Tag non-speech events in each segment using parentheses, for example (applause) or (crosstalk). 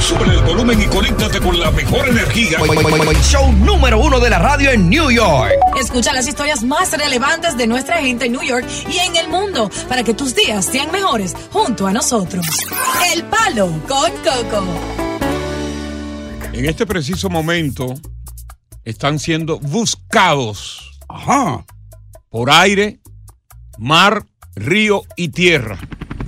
Sube el volumen y conéctate con la mejor energía. Show número uno de la radio en New York. Escucha las historias más relevantes de nuestra gente en New York y en el mundo para que tus días sean mejores junto a nosotros. El Palo con Coco. En este preciso momento están siendo buscados Ajá. por aire, mar, río y tierra.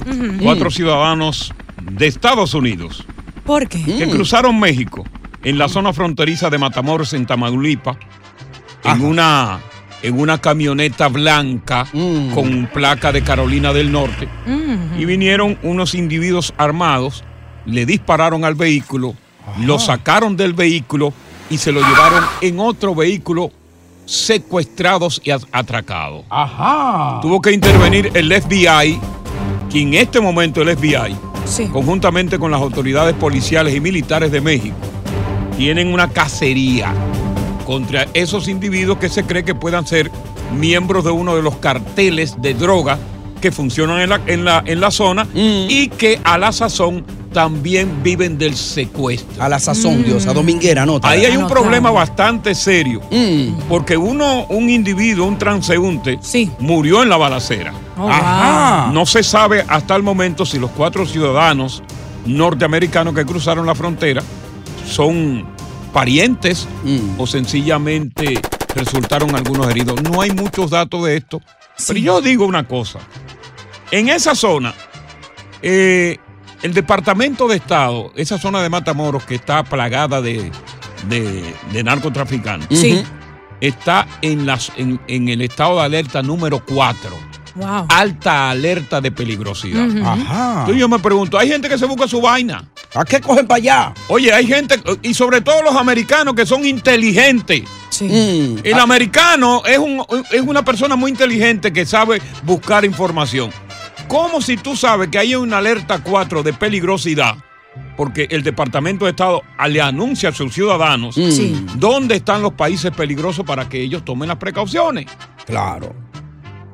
Mm. Cuatro ciudadanos de Estados Unidos ¿Por qué? Mm. que cruzaron México en la zona fronteriza de Matamoros en Tamaulipas en una en una camioneta blanca Mm. con placa de Carolina del Norte y vinieron unos individuos armados, le dispararon al vehículo, lo sacaron del vehículo y se lo llevaron en otro vehículo secuestrados y at- atracados. Ajá. Tuvo que intervenir el FBI, que en este momento el FBI Sí. conjuntamente con las autoridades policiales y militares de México, tienen una cacería contra esos individuos que se cree que puedan ser miembros de uno de los carteles de droga que funcionan en la, en la, en la zona y que a la sazón también viven del secuestro. A la Mm. sazón, Dios. A dominguera, nota. Ahí hay un Anotado. problema bastante serio, Mm. porque uno, un individuo, un transeúnte, Sí. murió en la balacera. Oh, wow. Ajá. No se sabe hasta el momento si los cuatro ciudadanos norteamericanos que cruzaron la frontera son parientes Mm. o sencillamente resultaron algunos heridos. No hay muchos datos de esto, pero yo digo una cosa. En esa zona, eh, el Departamento de Estado, esa zona de Matamoros que está plagada de, de- de narcotraficantes, Sí. está en, las, en, en el estado de alerta número 4 Wow. alta alerta de peligrosidad. Ujú. Ajá. Entonces yo me pregunto, hay gente que se busca su vaina. ¿A qué cogen para allá? Oye, hay gente, y sobre todo los americanos que son inteligentes. Mm. Sí. Ah. El americano es, un- es una persona muy inteligente que sabe buscar información. ¿Cómo si tú sabes que hay una alerta 4 de peligrosidad? Porque el Departamento de Estado le anuncia a sus ciudadanos Mm. Sí. dónde están los países peligrosos para que ellos tomen las precauciones. Claro.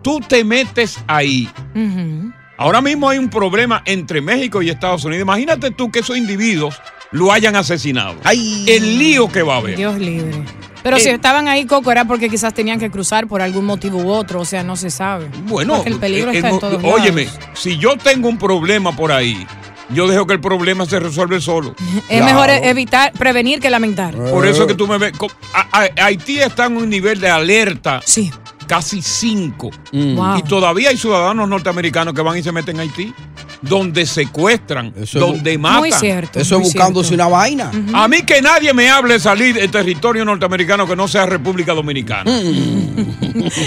Tú te metes ahí Ujú. Ahora mismo hay un problema entre México y Estados Unidos. Imagínate tú que esos individuos lo hayan asesinado. Ay. El lío que va a haber. Dios libre. Pero Eh. si estaban ahí, Coco, era porque quizás tenían que cruzar por algún motivo u otro, o sea, no se sabe. Bueno, Porque el peligro eh, está eh, en todos óyeme, lados. si yo tengo un problema por ahí, yo dejo que el problema se resuelve solo. Es Claro. mejor e- evitar, prevenir que lamentar. Por eso que tú me ves. co- a- a- Haití está en un nivel de alerta Sí. casi 5. Mm. Wow. Y todavía hay ciudadanos norteamericanos que van y se meten en Haití, donde secuestran, Eso es donde matan. Muy cierto. Eso es muy buscándose cierto. una vaina. A mí que nadie me hable de salir del territorio norteamericano que no sea República Dominicana. (laughs)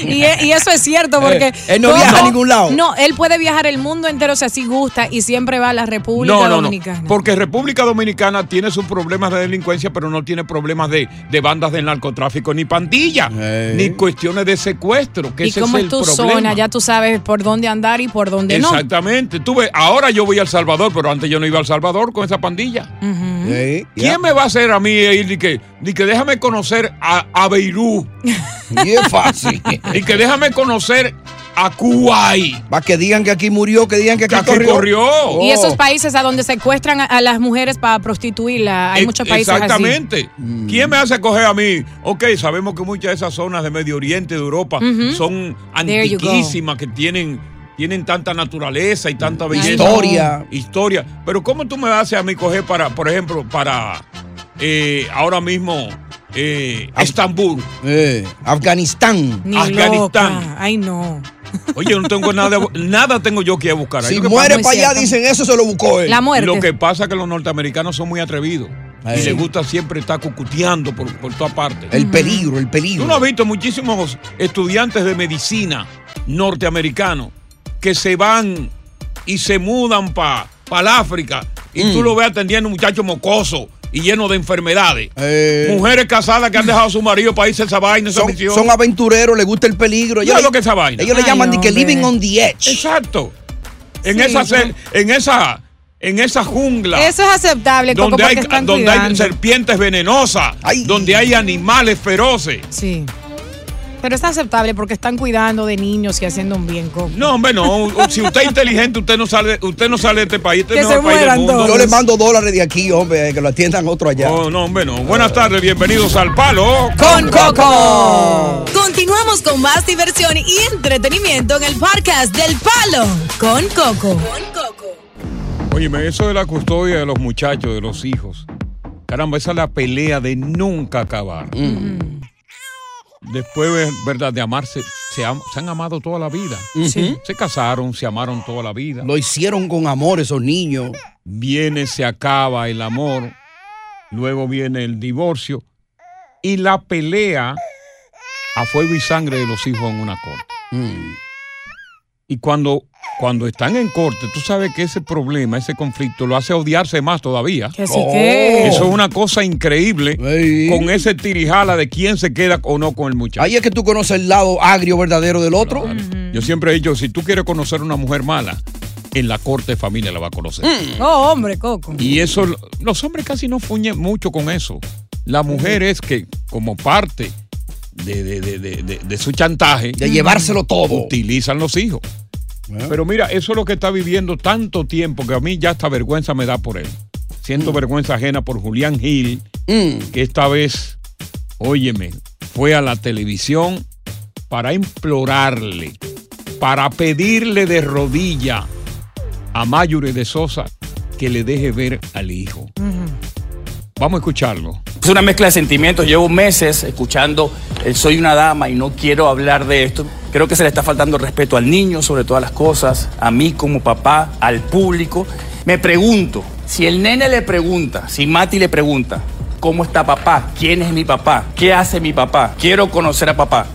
Y, e- y eso es cierto porque... Eh, él no viaja a ningún lado. No, él puede viajar el mundo entero si así gusta y siempre va a la República No, no, no. Dominicana. Porque República Dominicana tiene sus problemas de delincuencia, pero no tiene problemas de, de bandas de narcotráfico, ni pandillas, Eh. ni cuestiones de secuestro. Que y ese como es es, el tu problema. zona, ya tú sabes por dónde andar y por dónde no. Exactamente. Tú ves, ahora yo voy al Salvador, pero antes yo no iba al Salvador con esa pandilla. Sí, ¿Quién ¿Eh? ya. me va a hacer a mí ir ni que, ni que déjame conocer a, a Beirut? (laughs) Y es fácil. (laughs) Y que déjame conocer a Kuwait. Va que digan que aquí murió, que digan que aquí, Oh. aquí corrió. Y Oh. esos países a donde secuestran a, a las mujeres para prostituirlas. Hay Ex- muchos países así. E- Exactamente. Mm. ¿Quién me hace coger a mí? Ok, sabemos que muchas de esas zonas de Medio Oriente, de Europa, Ujú. son There you go. antiquísimas, que tienen, tienen tanta naturaleza y tanta belleza. Historia. Historia. Pero ¿cómo tú me haces a mí coger para, por ejemplo, para eh, ahora mismo eh, Estambul? Eh, Afganistán. Ni Afganistán. loca. Ay, no. Oye, yo no tengo nada, nada tengo yo que ir a buscar. Ahí Si lo que muere pasa- para allá, dicen eso, se lo buscó él. La muerte. Lo que pasa es que los norteamericanos son muy atrevidos. Ahí. Y les gusta siempre estar cucuteando por, por todas partes. El peligro, el Tú peligro. no has visto muchísimos estudiantes de medicina norteamericanos que se van y se mudan para el África y Mm. tú lo ves atendiendo un muchacho mocoso y lleno de enfermedades. Eh, Mujeres casadas que han dejado a su marido para irse a esa vaina, esa son, misión. son aventureros, les gusta el peligro. Mira Ellos, lo que es esa vaina. ellos le Ay, llaman de que hombre. living on the edge. Exacto. En Sí, esa son- cel- en esa en esa jungla Eso es aceptable, Coco, donde porque hay están donde hay cuidando. serpientes venenosas, Ay. donde hay animales feroces. Sí. Pero es aceptable porque están cuidando de niños y haciendo un bien, Coco. No, hombre, no. U- Si usted es inteligente, usted no sale, usted no sale de este país. Este Que no se es el país del mueran mundo. Oh. todos. Yo les mando dólares de aquí, hombre, que lo atiendan otro allá. No, no, hombre, no. Buenas tardes, bienvenidos al Palo. ¡Con Coco! Continuamos con más diversión y entretenimiento en el podcast del Palo con Coco. Óyeme, eso de la custodia de los muchachos, de los hijos. Caramba, esa es la pelea de nunca acabar. Después, ve- ¿verdad? De amarse, se, am- se han amado toda la vida. Se casaron, se amaron toda la vida. Lo hicieron con amor esos niños. viene, se acaba el amor, luego viene el divorcio y la pelea a fuego y sangre de los hijos en una corte. Y cuando, cuando están en corte, tú sabes que ese problema, ese conflicto, lo hace odiarse más todavía. Oh. Que sí que. Eso es una cosa increíble Ey. con ese tirijala de quién se queda o no con el muchacho. Ahí es que tú conoces el lado agrio verdadero del otro. Claro. Yo siempre he dicho, si tú quieres conocer una mujer mala, en la corte de familia la va a conocer. Mm. Mm. Oh, hombre, Coco. Y eso, los hombres casi no fuñen mucho con eso. La mujer es que, como parte de, de- de- de- de- de su chantaje, De llevárselo todo. utilizan los hijos. Pero mira, eso es lo que está viviendo tanto tiempo que a mí ya hasta vergüenza me da por él. Siento vergüenza ajena por Julián Gil, Mm. que esta vez, óyeme, fue a la televisión para implorarle, para pedirle de rodilla a Mayuri de Sosa que le deje ver al hijo. Vamos a escucharlo. Es una mezcla de sentimientos. Llevo meses escuchando el soy una dama y no quiero hablar de esto. Creo que se le está faltando respeto al niño sobre todas las cosas, a mí como papá, al público. Me pregunto, si el nene le pregunta, si Mati le pregunta, ¿cómo está papá? ¿Quién es mi papá? ¿Qué hace mi papá? Quiero conocer a papá.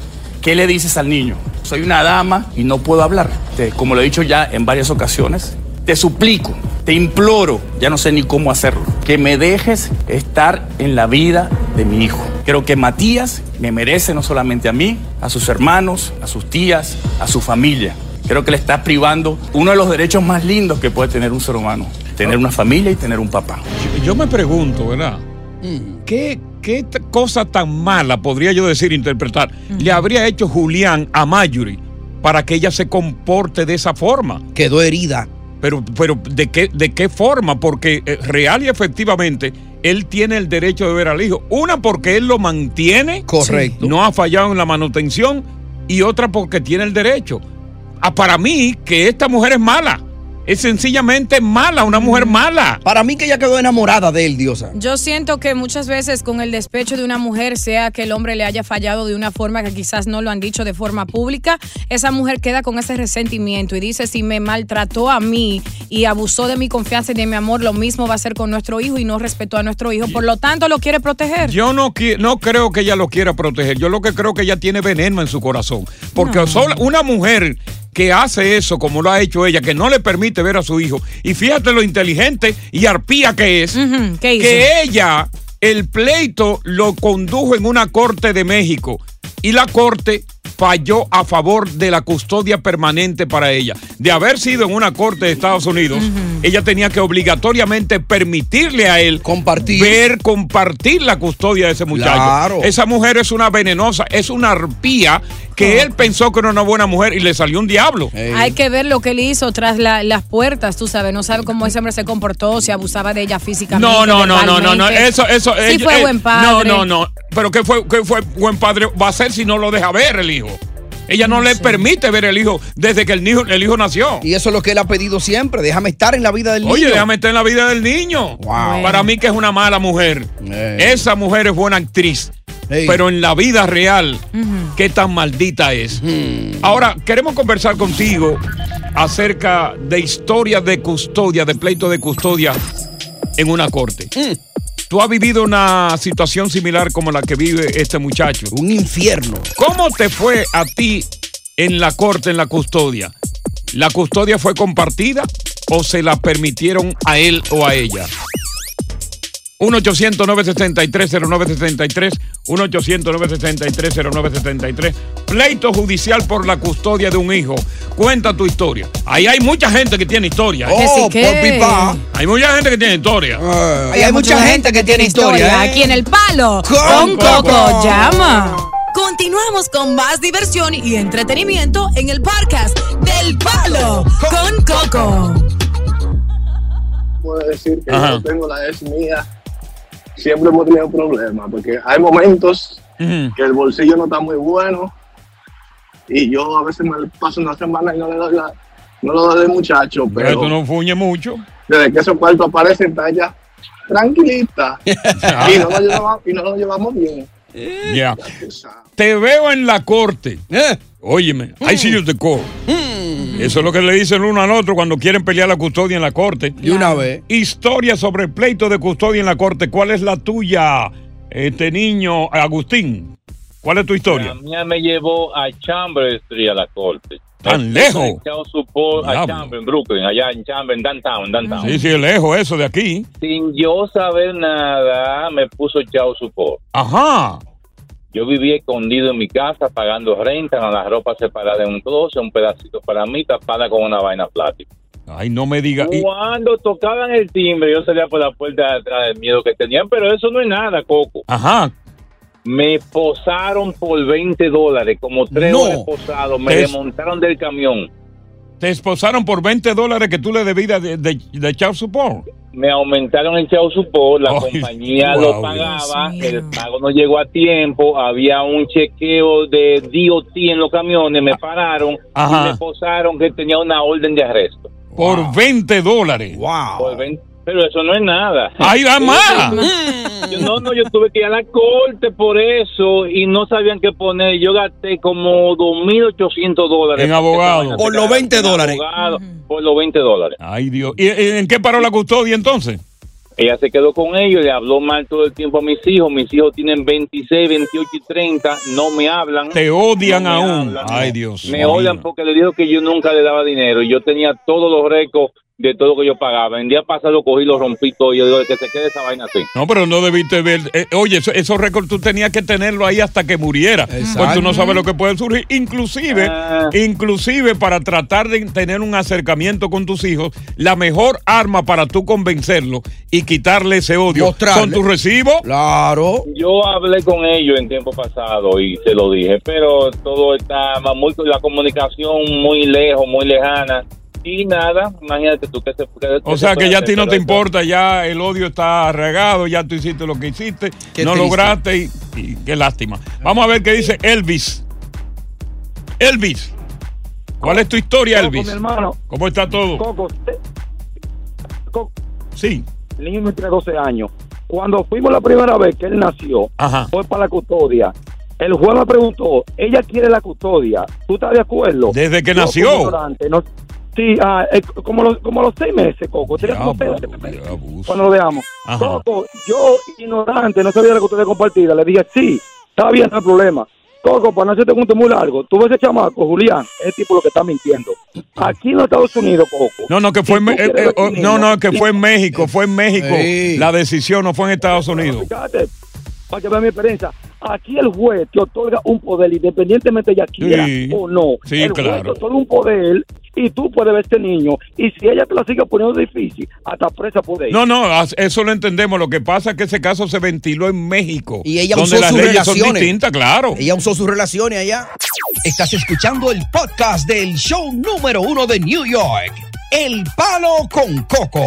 ¿Qué le dices al niño? Soy una dama y no puedo hablar. Te- como lo he dicho ya en varias ocasiones, te suplico, te imploro, ya no sé ni cómo hacerlo, que me dejes estar en la vida de mi hijo. Creo que Matías me merece no solamente a mí, a sus hermanos, a sus tías, a su familia. Creo que le está privando uno de los derechos más lindos que puede tener un ser humano, tener una familia y tener un papá. Yo me pregunto, ¿verdad? ¿Qué, qué t- cosa tan mala, podría yo decir, interpretar, le habría hecho Julián a Mayuri para que ella se comporte de esa forma? Quedó herida. Pero, pero ¿de, qué, ¿de qué forma? Porque eh, real y efectivamente él tiene el derecho de ver al hijo. Una porque él lo mantiene, Correcto. no ha fallado en la manutención, y otra porque tiene el derecho. Ah, para mí que esta mujer es mala. Es sencillamente mala, una mujer mala. Para mí que ella quedó enamorada de él, Diosa. Yo siento que muchas veces con el despecho de una mujer, sea que el hombre le haya fallado de una forma que quizás no lo han dicho de forma pública, esa mujer queda con ese resentimiento y dice, si me maltrató a mí y abusó de mi confianza y de mi amor, lo mismo va a hacer con nuestro hijo y no respetó a nuestro hijo, por lo tanto lo quiere proteger. Yo no, qui- no creo que ella lo quiera proteger. Yo lo que creo que ella tiene veneno en su corazón. Porque sola- una mujer que hace eso, como lo ha hecho ella, que no le permite ver a su hijo, y fíjate lo inteligente y arpía que es, Ujú, ¿Qué hizo? que ella, el pleito lo condujo en una corte de México. Y la corte falló a favor de la custodia permanente para ella. De haber sido en una corte de Estados Unidos, ella tenía que obligatoriamente permitirle a él compartir. ver, compartir la custodia de ese muchacho. Claro. Esa mujer es una venenosa, es una arpía que él pensó que era una buena mujer y le salió un diablo. Hay que ver lo que él hizo tras la- las puertas, tú sabes. No sabe cómo ese hombre se comportó, si abusaba de ella físicamente. No, no, no, no, no, no. verbalmente. Eso, eso. Sí ella- fue eh, buen padre. No, no, no. Pero ¿qué fue, qué fue buen padre va a ser si no lo deja ver el hijo? Ella no le permite ver el hijo desde que el hijo, el hijo nació. Y eso es lo que él ha pedido siempre. Déjame estar en la vida del Oye, niño. déjame estar en la vida del niño. Para mí que es una mala mujer. Esa mujer es buena actriz. Pero en la vida real, qué tan maldita es. Ahora, queremos conversar contigo acerca de historias de custodia, de pleito de custodia en una corte. Tú has vivido una situación similar como la que vive este muchacho. Un infierno. ¿Cómo te fue a ti en la corte, en la custodia? ¿La custodia fue compartida o se la permitieron a él o a ella? 1-800-963-0963, 1-800-963-0963, pleito judicial por la custodia de un hijo. Cuenta tu historia. Ahí hay mucha gente que tiene historia. Que sí Oh, que- papi, pa. Hay mucha gente que tiene historia. Ah. Ahí hay mucha gente que tiene historia. ¿eh? Aquí en el palo. Con Con, Coco. Coco. Llama. Continuamos con más diversión y entretenimiento en el podcast del Palo con Coco. puedo decir que Ajá. yo tengo la ex mía. Siempre hemos tenido problemas, porque hay momentos que el bolsillo no está muy bueno y yo a veces me paso una semana y no le doy la, no le doy al muchacho, Pero pero tú no fuñes mucho. desde que esos cuartos aparecen está ya (laughs) tranquilita Ah. y, no nos llevamos, Ah, y no nos llevamos bien. Ya. Te veo en la corte. Eh. Óyeme, ahí Mm. sí yo te cojo. Eso es lo que le dicen uno al otro cuando quieren pelear la custodia en la corte. De una vez. Historia sobre el pleito de custodia en la corte. ¿Cuál es la tuya, este niño Agustín? ¿Cuál es tu historia? mía me llevó a Chambers y a la corte. Tan lejos. Chao Supor, a Diablo. Chambers, en Brooklyn, allá en Chambers, en downtown, downtown. Sí, sí, es lejos eso de aquí. Sin yo saber nada, me puso Chao Supor. Ajá. Yo vivía escondido en mi casa, pagando renta, con la ropa separada en un closet, un pedacito para mí, tapada con una vaina plástica. Ay, no me digas. Y- Cuando tocaban el timbre, yo salía por la puerta de atrás del miedo que tenían, pero eso no es nada, Coco. Ajá. Me posaron por 20 dólares, como tres No. horas posado, me Es- desmontaron del camión. Te esposaron por 20 dólares que tú le debías de, de, de child support. me aumentaron el chau support, (laughs) la Ay, compañía wow, lo Dios pagaba, el pago no llegó a tiempo, había un chequeo de DOT en los camiones, me pararon Ajá. y me posaron que tenía una orden de arresto. Por 20 dólares. Por 20, Pero eso no es nada. Ahí va Yo más. tuve- yo- No, no, yo tuve que ir a la corte por eso y no sabían qué poner. Yo gasté como 2.800 dólares. En abogado. Por los 20 En dólares. abogado, Por los 20 dólares. Ay, Dios. ¿Y en qué paró la custodia entonces? Ella se quedó con ellos, le habló mal todo el tiempo a mis hijos. Mis hijos tienen 26, 28 y 30, no me hablan. Te odian No me aún. hablan, Ay, no. Dios. Me mío. odian porque le digo que yo nunca le daba dinero. Yo tenía todos los récords de todo lo que yo pagaba. El día pasado lo cogí, lo rompí todo. Yo digo, que se quede esa vaina así. No, pero no debiste ver. eh, oye, eso- esos récords tú tenías que tenerlo ahí hasta que muriera. Porque tú no sabes lo que puede surgir. Inclusive, Ah. inclusive para tratar de tener un acercamiento con tus hijos, la mejor arma para tú convencerlo y quitarle ese odio son tus recibos. Claro. Yo hablé con ellos en tiempo pasado y se lo dije, pero todo está ma- muy la comunicación muy lejos, muy lejana. Y nada, imagínate tú que se qué O se sea puede que ya a ti hacer, no pero te eso- importa, ya el odio está regado, ya tú hiciste lo que hiciste, Qué no triste. lograste y, y qué lástima. Vamos a ver qué dice Elvis. Elvis, ¿cuál es tu historia, Coco, Elvis? mi hermano. ¿Cómo está todo? Coco, usted- Coco. Sí. El niño mío tiene 12 años. Cuando fuimos la primera vez que él nació, fue para la custodia. El juez me preguntó, ella quiere la custodia. ¿Tú estás de acuerdo? Desde que Yo, nació. como ignorante, no- sí, ah, eh, como, los, como los seis meses, Coco. Tenía como seis- cuando lo veamos. Coco, yo, ignorante, no sabía la custodia compartida. Le dije, sí, está bien, no hay problema. Coco, para no hacerte un cuento muy largo, tú ves ese chamaco, Julián, es tipo lo que está mintiendo. Ah. Aquí en los Estados Unidos, Coco. No, no, que fue en Me- eh, eh, oh, no, no, que fue en México, fue en México. Sí. La decisión no fue en Estados Unidos. Fíjate, para que vean mi experiencia. Aquí el juez te otorga un poder, independientemente ya quiera Sí. o no. Sí, el claro. juez te otorga un poder y tú puedes ver a este niño. Y si ella te la sigue poniendo difícil, hasta presa puede ir. No, no, as- eso lo entendemos. Lo que pasa es que ese caso se ventiló en México. Y ella donde usó las sus leyes son relaciones. distintas, claro. Ella usó sus relaciones allá. Estás escuchando el podcast del show número uno de New York, El Palo con Coco.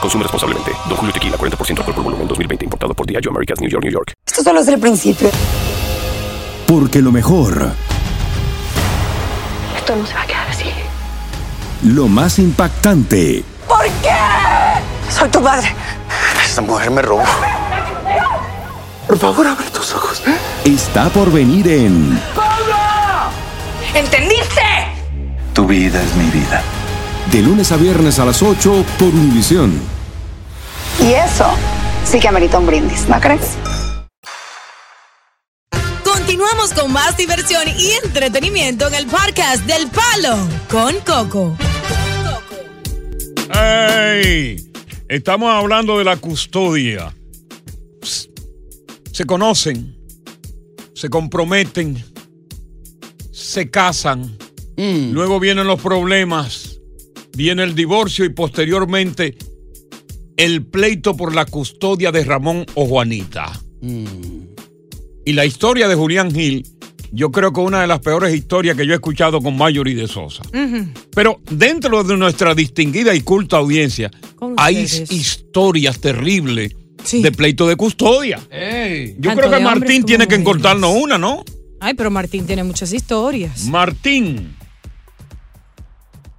Consume responsablemente. Don Julio Tequila 40% alcohol por volumen 2020 importado por Diageo Americas New York New York. Esto solo es el principio. Porque lo mejor, Esto no se va a quedar así. lo más impactante, ¿Por qué? Soy tu madre. Esta mujer me robó. Por favor, abre tus ojos. está por venir en ¡Pablo! ¿Entendiste? Tu vida es mi vida. De lunes a viernes a las 8 por Univisión. Y eso sí que amerita un brindis, ¿no crees? Continuamos con más diversión y entretenimiento en el podcast del Palo con Coco. ¡Ey! Estamos hablando de la custodia. Psst. Se conocen, se comprometen, se casan, luego vienen los problemas, viene el divorcio y posteriormente el pleito por la custodia de Ramón o Juanita. Y la historia de Julián Gil, yo creo que una de las peores historias que yo he escuchado con Mayori de Sosa. Pero dentro de nuestra distinguida y culta audiencia, Con hay ustedes. historias terribles de pleito de custodia. Yo Tanto creo que de hombres Martín como tiene que mujeres. encontrarnos una, ¿no? Ay, pero Martín tiene muchas historias. Martín.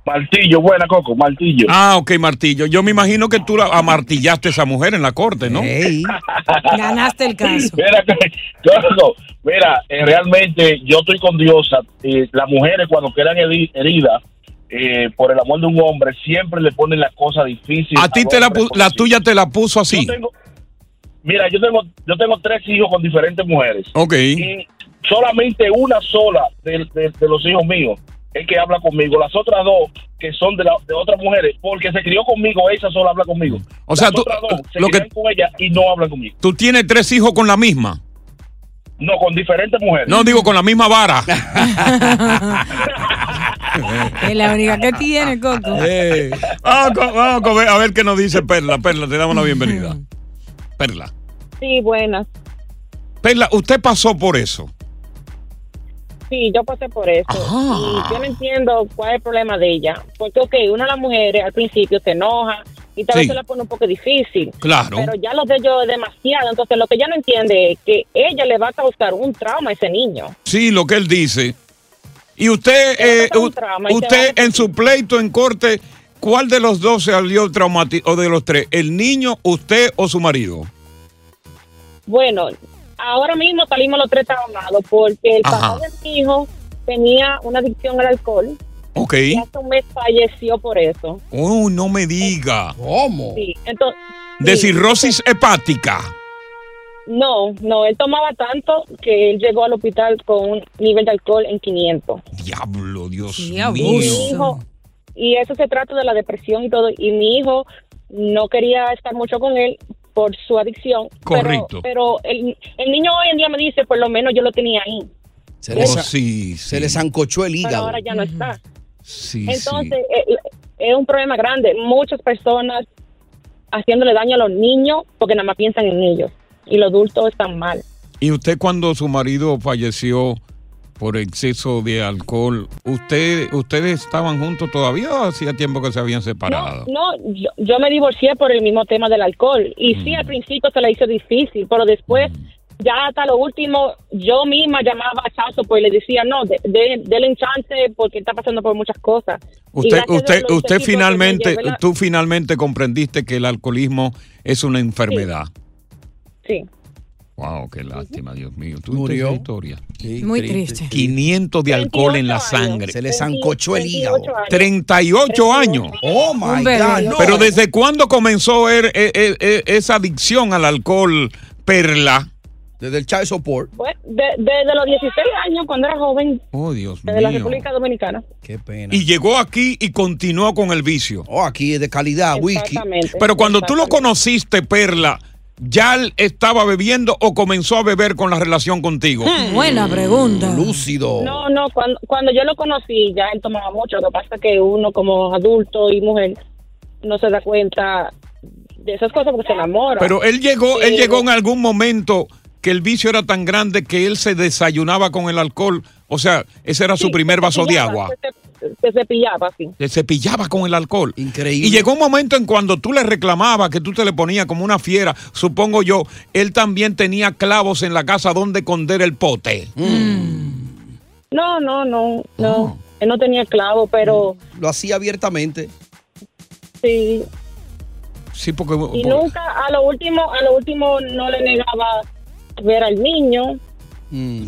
Martillo, buena Coco, martillo. Ah, ok, martillo. Yo me imagino que tú la amartillaste a esa mujer en la corte, ¿no? Ganaste el (laughs) caso. Mira, Coco, mira, eh, realmente yo estoy con Diosa. Eh, las mujeres cuando quedan heri- heridas eh, por el amor de un hombre siempre le ponen las cosas difíciles. A ti al te la, hombre, pu- porque la sí. tuya te la puso así. Yo tengo- mira, yo tengo, yo tengo tres hijos con diferentes mujeres. Ok. Y solamente una sola de, de- de los hijos míos es que habla conmigo. Las otras dos que son de, la- de otras mujeres, porque se crió conmigo, esa sola habla conmigo. O sea, Las tú- otras dos se lo que- crían con ella y no hablan conmigo. Tú tienes tres hijos con la misma. No, con diferentes mujeres. No digo con la misma (laughs) vara. (laughs) Es la única que tiene, Coco. Eh. Vamos, con- vamos con ver- a ver qué nos dice Perla. Perla, te damos la bienvenida. Perla. Sí, buenas. Perla, usted pasó por eso. Sí, yo pasé por eso. Ajá. Y yo no entiendo cuál es el problema de ella. Porque, ok, una de las mujeres al principio se enoja y tal vez Sí. se la pone un poco difícil. Claro. Pero ya lo de yo es demasiado. Entonces, lo que ella no entiende es que ella le va a causar un trauma a ese niño. Sí, lo que él dice. Y usted, eh, tengo un u- trauma y usted en su pleito en corte, ¿cuál de los dos salió traumatizado? ¿O de los tres? ¿El niño, usted o su marido? Bueno, ahora mismo salimos los tres traumados porque el Ajá. papá de mi hijo tenía una adicción al alcohol. Ok. Y hace un mes falleció por eso. Oh, no me diga. ¿Cómo? Sí, entonces. De sí. cirrosis hepática. No, no, él tomaba tanto que él llegó al hospital con un nivel de alcohol en 500. Diablo, Dios Y mi mío. hijo- y eso se trata de la depresión y todo. Y mi hijo no quería estar mucho con él por su adicción. pero- Correcto. Pero, el, el niño hoy en día me dice, por lo menos yo lo tenía ahí. Se Oh, le, sa- sí, se le zancochó el Pero hígado. ahora ya no está. Sí, Entonces, eh, eh, es un problema grande. Muchas personas haciéndole daño a los niños porque nada más piensan en ellos. Y los adultos están mal. ¿Y usted cuando su marido falleció por exceso de alcohol, usted, ustedes estaban juntos todavía o hacía tiempo que se habían separado? No, yo, yo me divorcié por el mismo tema del alcohol. Y Mm. sí, al principio se la hizo difícil, pero después, ya hasta lo último, yo misma llamaba a Chazo pues, y le decía, no, de, de- dele un chance porque está pasando por muchas cosas. Y Usted, gracias a usted, Dios, lo hice usted así porque me finalmente, llevé la- tú finalmente comprendiste que el alcoholismo es una enfermedad. Sí. Wow, qué lástima, Dios mío. ¿Tú Murió. Murió. historia? Muy triste. triste. 500 de alcohol en la sangre. Se le zancochó el hígado. 38 años. Oh my God. no. Pero ¿desde cuándo comenzó er- e- e- e- esa adicción al alcohol, Perla? Desde el child support. Bueno, de- desde los 16 años, cuando era joven, Oh, Dios desde la mío. República Dominicana. Qué pena. Y llegó aquí y continuó con el vicio. Oh, aquí es de calidad, whisky. Exactamente, Pero cuando tú lo conociste, Perla, ¿ya él estaba bebiendo o comenzó a beber con la relación contigo? Ah, Buena pregunta. Lúcido. Oh. No, no, cuando, cuando yo lo conocí ya él tomaba mucho. Lo que pasa es que uno como adulto y mujer no se da cuenta de esas cosas porque se enamora. Pero él llegó, él Sí. llegó en algún momento que el vicio era tan grande que él se desayunaba con el alcohol. O sea, ese era su Sí, primer se vaso de cepillaba, agua. Se, se cepillaba, sí. Se cepillaba con el alcohol. Increíble. Y llegó un momento en cuando tú le reclamabas, que tú te le ponías como una fiera, supongo yo, él también tenía clavos en la casa donde esconder el pote. Mm. No, no, no, no. Él no tenía clavo, pero Ah. Lo hacía abiertamente. sí. Sí, porque... Y porque- nunca, a lo último, a lo último no le negaba ver al niño.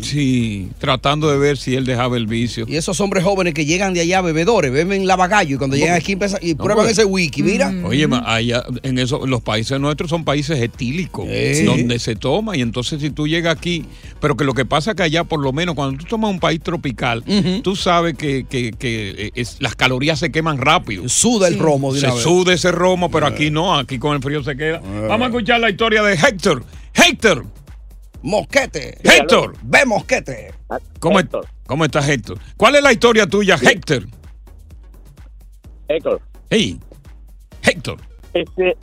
Sí, tratando de ver si él dejaba el vicio. Mm. Y esos hombres jóvenes que llegan de allá bebedores, beben lavagallo y cuando llegan aquí empiezan y prueban pues. ese whisky, mira. Oye, ma, allá en eso, los países nuestros son países etílicos, Eh. Sí. donde se toma. Y entonces si tú llegas aquí, pero que lo que pasa es que allá, por lo menos, cuando tú tomas un país tropical, tú sabes que, que- que, eh, es- las calorías se queman rápido. Suda el Sí. romo de Se una vez. Eh. suda ese romo, pero aquí no, aquí con el frío se queda. Vamos a escuchar la historia de Héctor. Héctor, Mosquete. Héctor. Ve mosquete. ¿cómo, est- ¿cómo estás, Héctor? ¿Cuál es la historia tuya, Héctor? Héctor. Hey, Héctor. Este,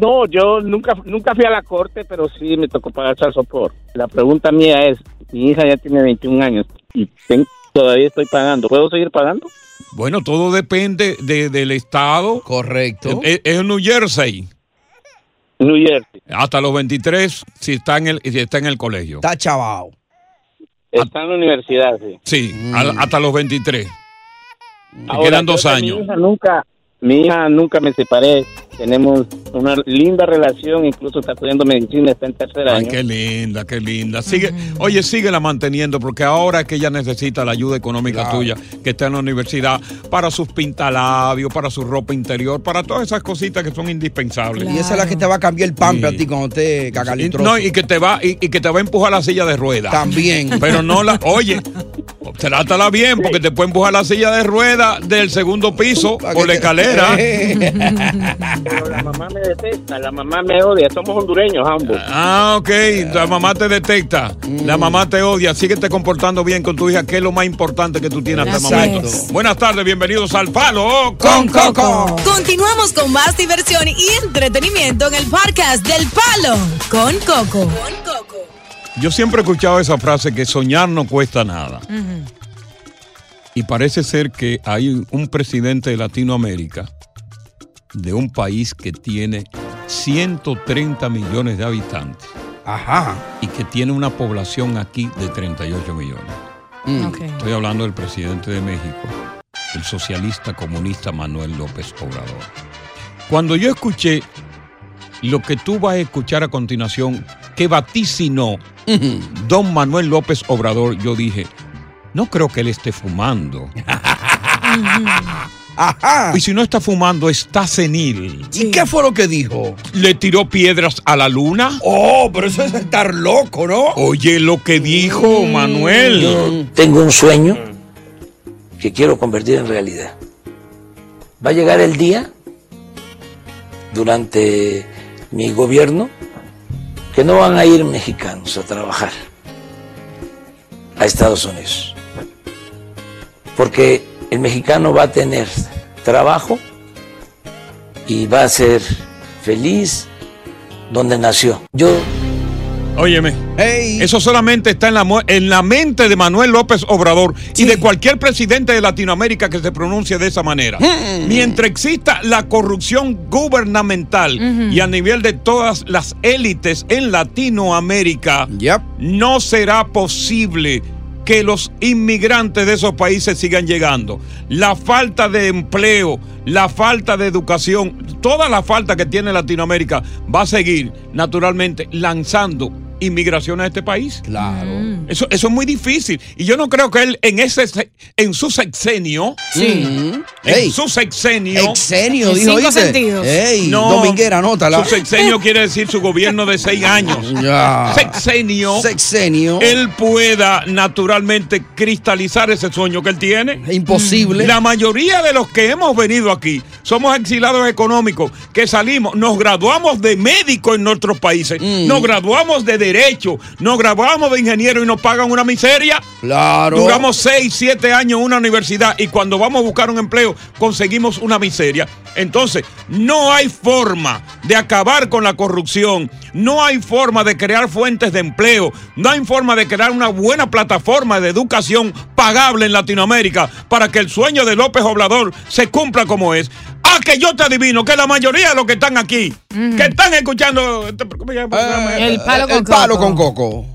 no, yo nunca, nunca fui a la corte, pero sí me tocó pagar sal sopor. La pregunta mía es, mi hija ya tiene 21 años y ten- todavía estoy pagando. ¿Puedo seguir pagando? Bueno, todo depende de- del estado. Correcto. Es, es New Jersey. New Jersey. Hasta los 23 si está en el, si está en el colegio. Está chavao. Está en la universidad, sí. Sí, Mm. al- hasta los 23. Ahora, quedan yo dos de años. Mi hija nunca, mi hija nunca me separé. Tenemos una linda relación, incluso está estudiando medicina, está en tercer Ay, año. qué linda, qué linda. Sigue, Mm. oye, síguela manteniendo porque ahora es que ella necesita la ayuda económica tuya, que está en la universidad, para sus pintalabios, para su ropa interior, para todas esas cositas que son indispensables. Y esa es la que te va a cambiar el pan a ti cuando te Y- cagalitroso. No, y que te va y, y que te va a empujar la silla de ruedas. También. (laughs) Pero no la, oye, trátala bien porque te puede empujar la silla de ruedas del segundo piso o la (laughs) (laughs) escalera. Pero la mamá me detesta, la mamá me odia, somos hondureños ambos. Ah, ok, la mamá te detecta, la mamá te odia, síguete comportando bien con tu hija, que es lo más importante que tú tienes hasta el Así momento. es. Buenas tardes, bienvenidos al Palo con Coco. Continuamos con más diversión y entretenimiento en el podcast del Palo con Coco. Yo siempre he escuchado esa frase que soñar no cuesta nada. Y parece ser que hay un presidente de Latinoamérica, de un país que tiene 130 millones de habitantes. Ajá. Y que tiene una población aquí de 38 millones. Ok. Estoy hablando del presidente de México, el socialista comunista Manuel López Obrador. Cuando yo escuché lo que tú vas a escuchar a continuación, que vaticinó don Manuel López Obrador, yo dije, no creo que él esté (laughs) fumando. Y si no está fumando, está senil. ¿Y qué fue lo que dijo? ¿Le tiró piedras a la luna? Oh, pero eso es estar loco, ¿no? Mm. Oye lo que dijo Manuel. Yo tengo un sueño que quiero convertir en realidad. Va a llegar el día, durante mi gobierno, que no van a ir mexicanos a trabajar a Estados Unidos. Porque el mexicano va a tener trabajo y va a ser feliz donde nació. Yo Óyeme. Eso solamente está en la, mu- en la mente de Manuel López Obrador y de cualquier presidente de Latinoamérica que se pronuncie de esa manera. Mientras exista la corrupción gubernamental Ujú. y a nivel de todas las élites en Latinoamérica, no será posible que los inmigrantes de esos países sigan llegando. La falta de empleo, la falta de educación, toda la falta que tiene Latinoamérica va a seguir naturalmente lanzando inmigración a este país. Claro. Eso, eso es muy difícil. Y yo no creo que él en ese se- en su sexenio. Sí. En Ey. su sexenio. Sexenio, dijo, ¿oíste? Ey, Dominguera, anótala. Su sexenio quiere decir su gobierno de seis años. (laughs) Ya. Sexenio. Sexenio. Él pueda naturalmente cristalizar ese sueño que él tiene. Imposible. La mayoría de los que hemos venido aquí somos exilados económicos, que salimos, nos graduamos de médico en nuestros países, Mm. nos graduamos de derecho, nos graduamos de ingeniero y nos pagan una miseria. Claro. Duramos seis, siete años en una universidad y cuando vamos a buscar un empleo conseguimos una miseria. Entonces, no hay forma de acabar con la corrupción, no hay forma de crear fuentes de empleo, no hay forma de crear una buena plataforma de educación pagable en Latinoamérica para que el sueño de López Obrador se cumpla como es. Ah, que yo te adivino que la mayoría de los que están aquí, que están escuchando... este- ¿cómo se llama? Eh, El palo con coco. palo con coco.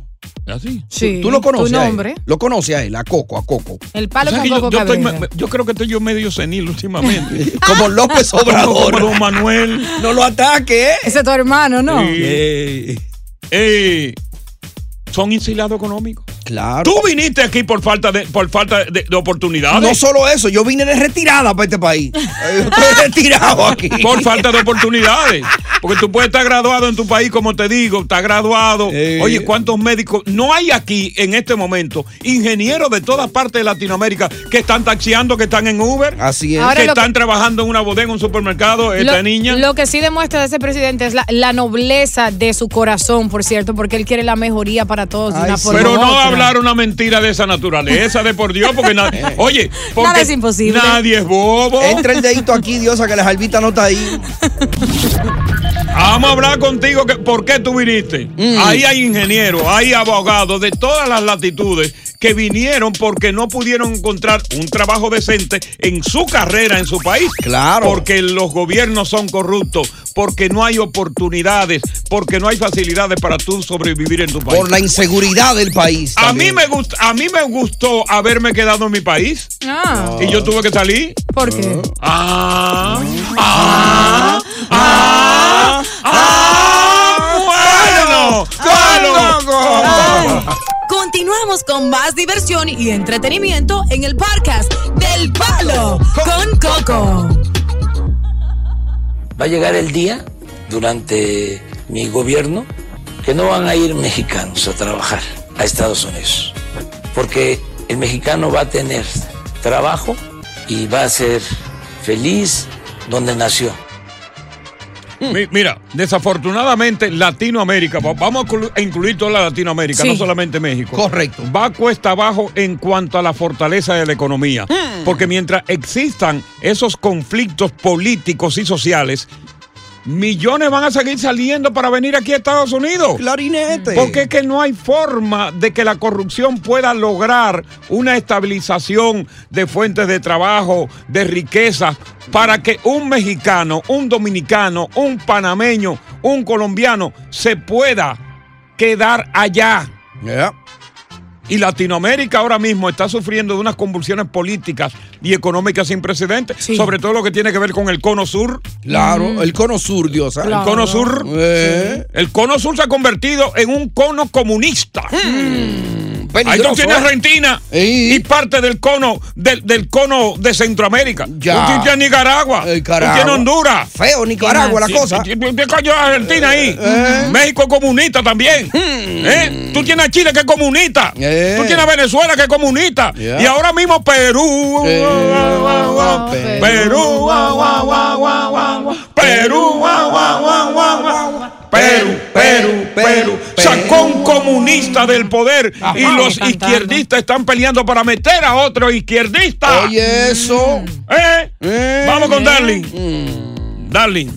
¿Así? Sí. ¿Tú lo conoces? Tu a él? nombre. Lo conoces a él, a Coco, a Coco. El O sea que yo, yo estoy me- me- yo creo que estoy yo medio senil últimamente. (laughs) Como López Obrador. (laughs) Como Don Manuel. No lo ataque, ¿eh? Ese es tu hermano, ¿no? Eh, eh, son insilados económicos. Claro. Tú viniste aquí por falta de, por falta de, de oportunidades. No solo eso, yo vine de retirada para este (laughs) país. Yo estoy retirado aquí. Por falta de oportunidades. Porque tú puedes estar graduado en tu país, como te digo, estás graduado. Oye, ¿cuántos médicos? No hay aquí en este momento ingenieros de todas partes de Latinoamérica que están taxiando, que están en Uber, Así es. Ahora que lo que- están trabajando en una bodega, en un supermercado, (laughs) esta lo, niña. lo que sí demuestra de ese presidente es la, la nobleza de su corazón, por cierto, porque él quiere la mejoría para todos de una forma Pero u no otra. hablar una mentira de esa naturaleza, de por Dios, porque (laughs) nadie. Oye, porque Nada es imposible. Nadie es bobo. Entra el dedito aquí, Diosa, que la jarbita no está ahí. Vamos a hablar contigo. Que, ¿Por qué tú viniste? Mm. Ahí hay ingenieros, hay abogados de todas las latitudes que vinieron porque no pudieron encontrar un trabajo decente en su carrera en su país. Claro. Porque los gobiernos son corruptos, porque no hay oportunidades, porque no hay facilidades para tú sobrevivir en tu país. Por la inseguridad del país. A mí, me gust- a mí me gustó haberme quedado en mi país. Ah, Y yo tuve que salir. ¿por qué? Ah, ah, ah, ah, bueno, Continuamos con más diversión y entretenimiento en el podcast del Palo con Coco. Va a llegar el día durante mi gobierno que no van a ir mexicanos a trabajar a Estados Unidos. Porque el mexicano va a tener trabajo y va a ser feliz donde nació. Mi- Mira, desafortunadamente Latinoamérica, va- vamos a inclu- a incluir toda la Latinoamérica, Sí. no solamente México. Correcto. Va cuesta abajo en cuanto a la fortaleza de la economía. Hmm. Porque mientras existan esos conflictos políticos y sociales, millones van a seguir saliendo para venir aquí a Estados Unidos. Clarinete. Porque es que no hay forma de que la corrupción pueda lograr una estabilización de fuentes de trabajo, de riquezas, para que un mexicano, un dominicano, un panameño, un colombiano se pueda quedar allá. Y Latinoamérica ahora mismo está sufriendo de unas convulsiones políticas y económicas sin precedentes, sobre todo lo que tiene que ver con el cono sur. Claro, el cono sur, Diosa. Eh. El cono sur. El cono sur se ha convertido en un cono comunista. Ahí peligroso, tú tienes ¿eh? Argentina y parte del cono del, del cono de Centroamérica. Ya. Tú tienes Nicaragua. Tú Nicaragua. tienes Honduras. Feo Nicaragua la Sí, cosa. Eh. sí, sí, ¿Qué coño es Argentina ahí? Hmm. México es comunista también. Hmm. ¿Eh? Tú tienes a Chile que es comunista. Eh. Tú tienes a Venezuela que es comunista. Y ahora mismo Perú. Eh. Perú. guau, guau, guau, guau, guau, guau. Perú. guau, guau, guau, guau, guau. Perú, Perú, Perú. Sacó un comunista del poder y Ajá. los Cantando. izquierdistas están peleando para meter a otro izquierdista. Oye, eso. ¿Eh? Vamos con Eh. Darling. Darling.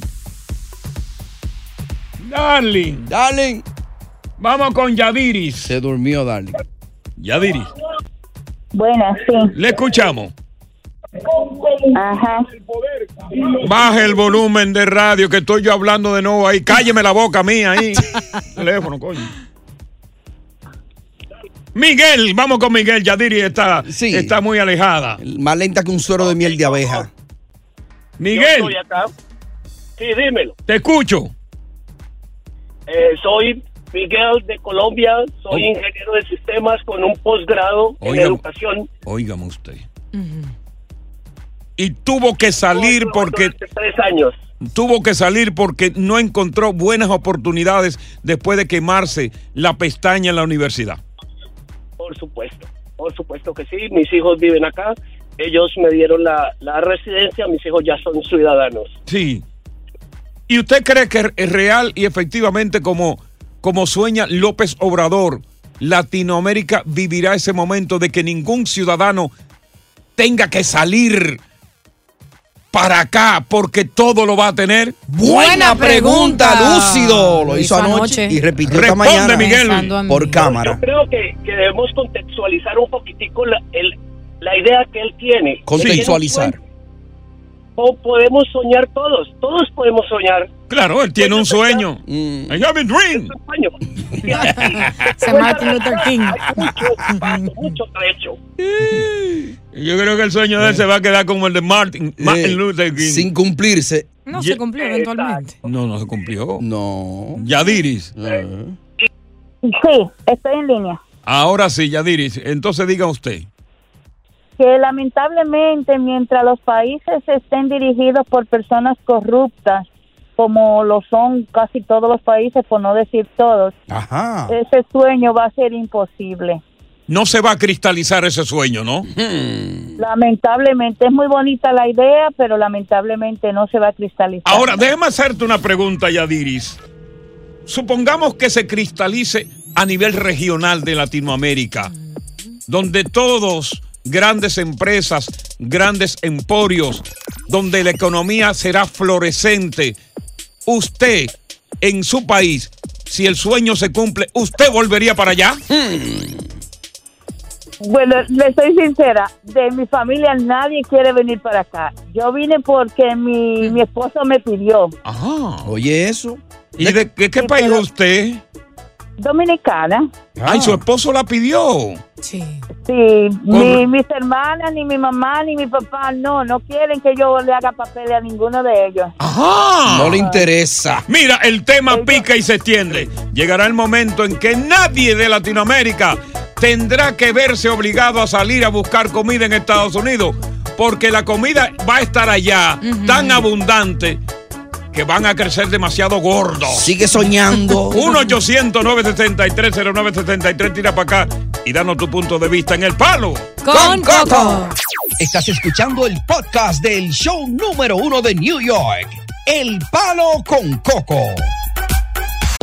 Darling. Darling. Vamos con Yadiris. Se durmió, Darling. Yadiris. Buenas, sí. Le escuchamos. Ajá. Baje el volumen de radio que estoy yo hablando de nuevo ahí. Cálleme la boca mía (laughs) ahí. Teléfono, coño. Miguel, vamos con Miguel. Yadiri está, está muy alejada. Más lenta que un suero de miel de abeja. Miguel. Yo estoy acá. Sí, dímelo. Te escucho. Eh, soy Miguel de Colombia, soy ingeniero de sistemas con un posgrado en Oiga. educación. Óigame usted. Y tuvo que salir porque. Tres años. Tuvo que salir porque no encontró buenas oportunidades después de quemarse la pestaña en la universidad. Por supuesto, por supuesto que sí. Mis hijos viven acá. Ellos me dieron la, la residencia. Mis hijos ya son ciudadanos. Sí. ¿Y usted cree que es real y efectivamente como, como sueña López Obrador, Latinoamérica vivirá ese momento de que ningún ciudadano tenga que salir para acá porque todo lo va a tener? Buena pregunta, lúcido. Lo hizo anoche y repitió esta Responde, mañana Miguel. por cámara. Creo que, que debemos contextualizar un poquitico la, el- la idea que él tiene. Contextualizar. O podemos soñar todos. Todos podemos soñar. Claro, él tiene un sueño. Mm. I have a (laughs) dream. Se Martin Luther King. Mucho, mucho trecho. Yo creo que el sueño de él se va a quedar como el de Martin, Martin Luther King. Eh, Sin cumplirse. No se cumplió eventualmente. No, no se cumplió. No. Yadiris. Sí, estoy en línea. Ahora sí, Yadiris. Entonces diga usted. que lamentablemente mientras los países estén dirigidos por personas corruptas, como lo son casi todos los países, por no decir todos, Ajá. Ah. ese sueño va a ser imposible. No se va a cristalizar ese sueño, ¿no? Hmm. Mm. Lamentablemente es muy bonita la idea, pero lamentablemente no se va a cristalizar. Ahora, déjame hacerte una pregunta, Yadiris. Supongamos que se cristalice a nivel regional de Latinoamérica, donde todos, grandes empresas, grandes emporios, donde la economía será florecente. Usted, en su país, si el sueño se cumple, ¿usted volvería para allá? Hmm. Bueno, le soy sincera, de mi familia nadie quiere venir para acá. Yo vine porque mi, mi esposo me pidió. Oye, eso. ¿Y de, de qué país es usted? Dominicana. Ay, su esposo la pidió. Sí. Sí, Hombre. ni mis hermanas, ni mi mamá, ni mi papá, no, no quieren que yo le haga papeles a ninguno de ellos. Ajá. No le interesa. Mira, el tema pica y se extiende. Llegará el momento en que nadie de Latinoamérica tendrá que verse obligado a salir a buscar comida en Estados Unidos, porque la comida va a estar allá tan abundante que van a crecer demasiado gordos. (laughs) Sigue soñando. 1-800-973-0973, tira para acá y danos tu punto de vista en el palo. Con Coco. Estás escuchando el podcast del show número uno de New York, El Palo con Coco.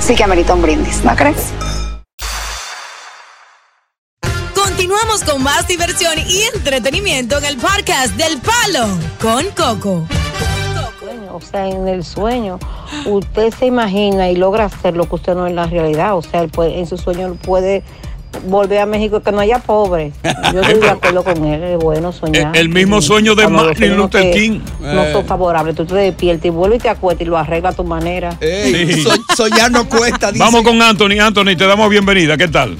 sí que amerita un brindis, ¿no crees? Continuamos con más diversión y entretenimiento en el podcast del Palo con Coco. sueño, o sea, en el sueño, usted se imagina y logra hacer lo que usted no en la realidad, o sea, él puede- en su sueño él puede volver a México que no haya pobre. Yo estoy de acuerdo con él, es bueno soñar. El mismo sueño de Cuando los Martin sueños Luther te- King. No Eh. son favorables, tú te despiertas y vuelves y te acuestas y lo arreglas a tu manera. Sí. Vamos con Anthony. Anthony, te damos bienvenida. ¿Qué tal?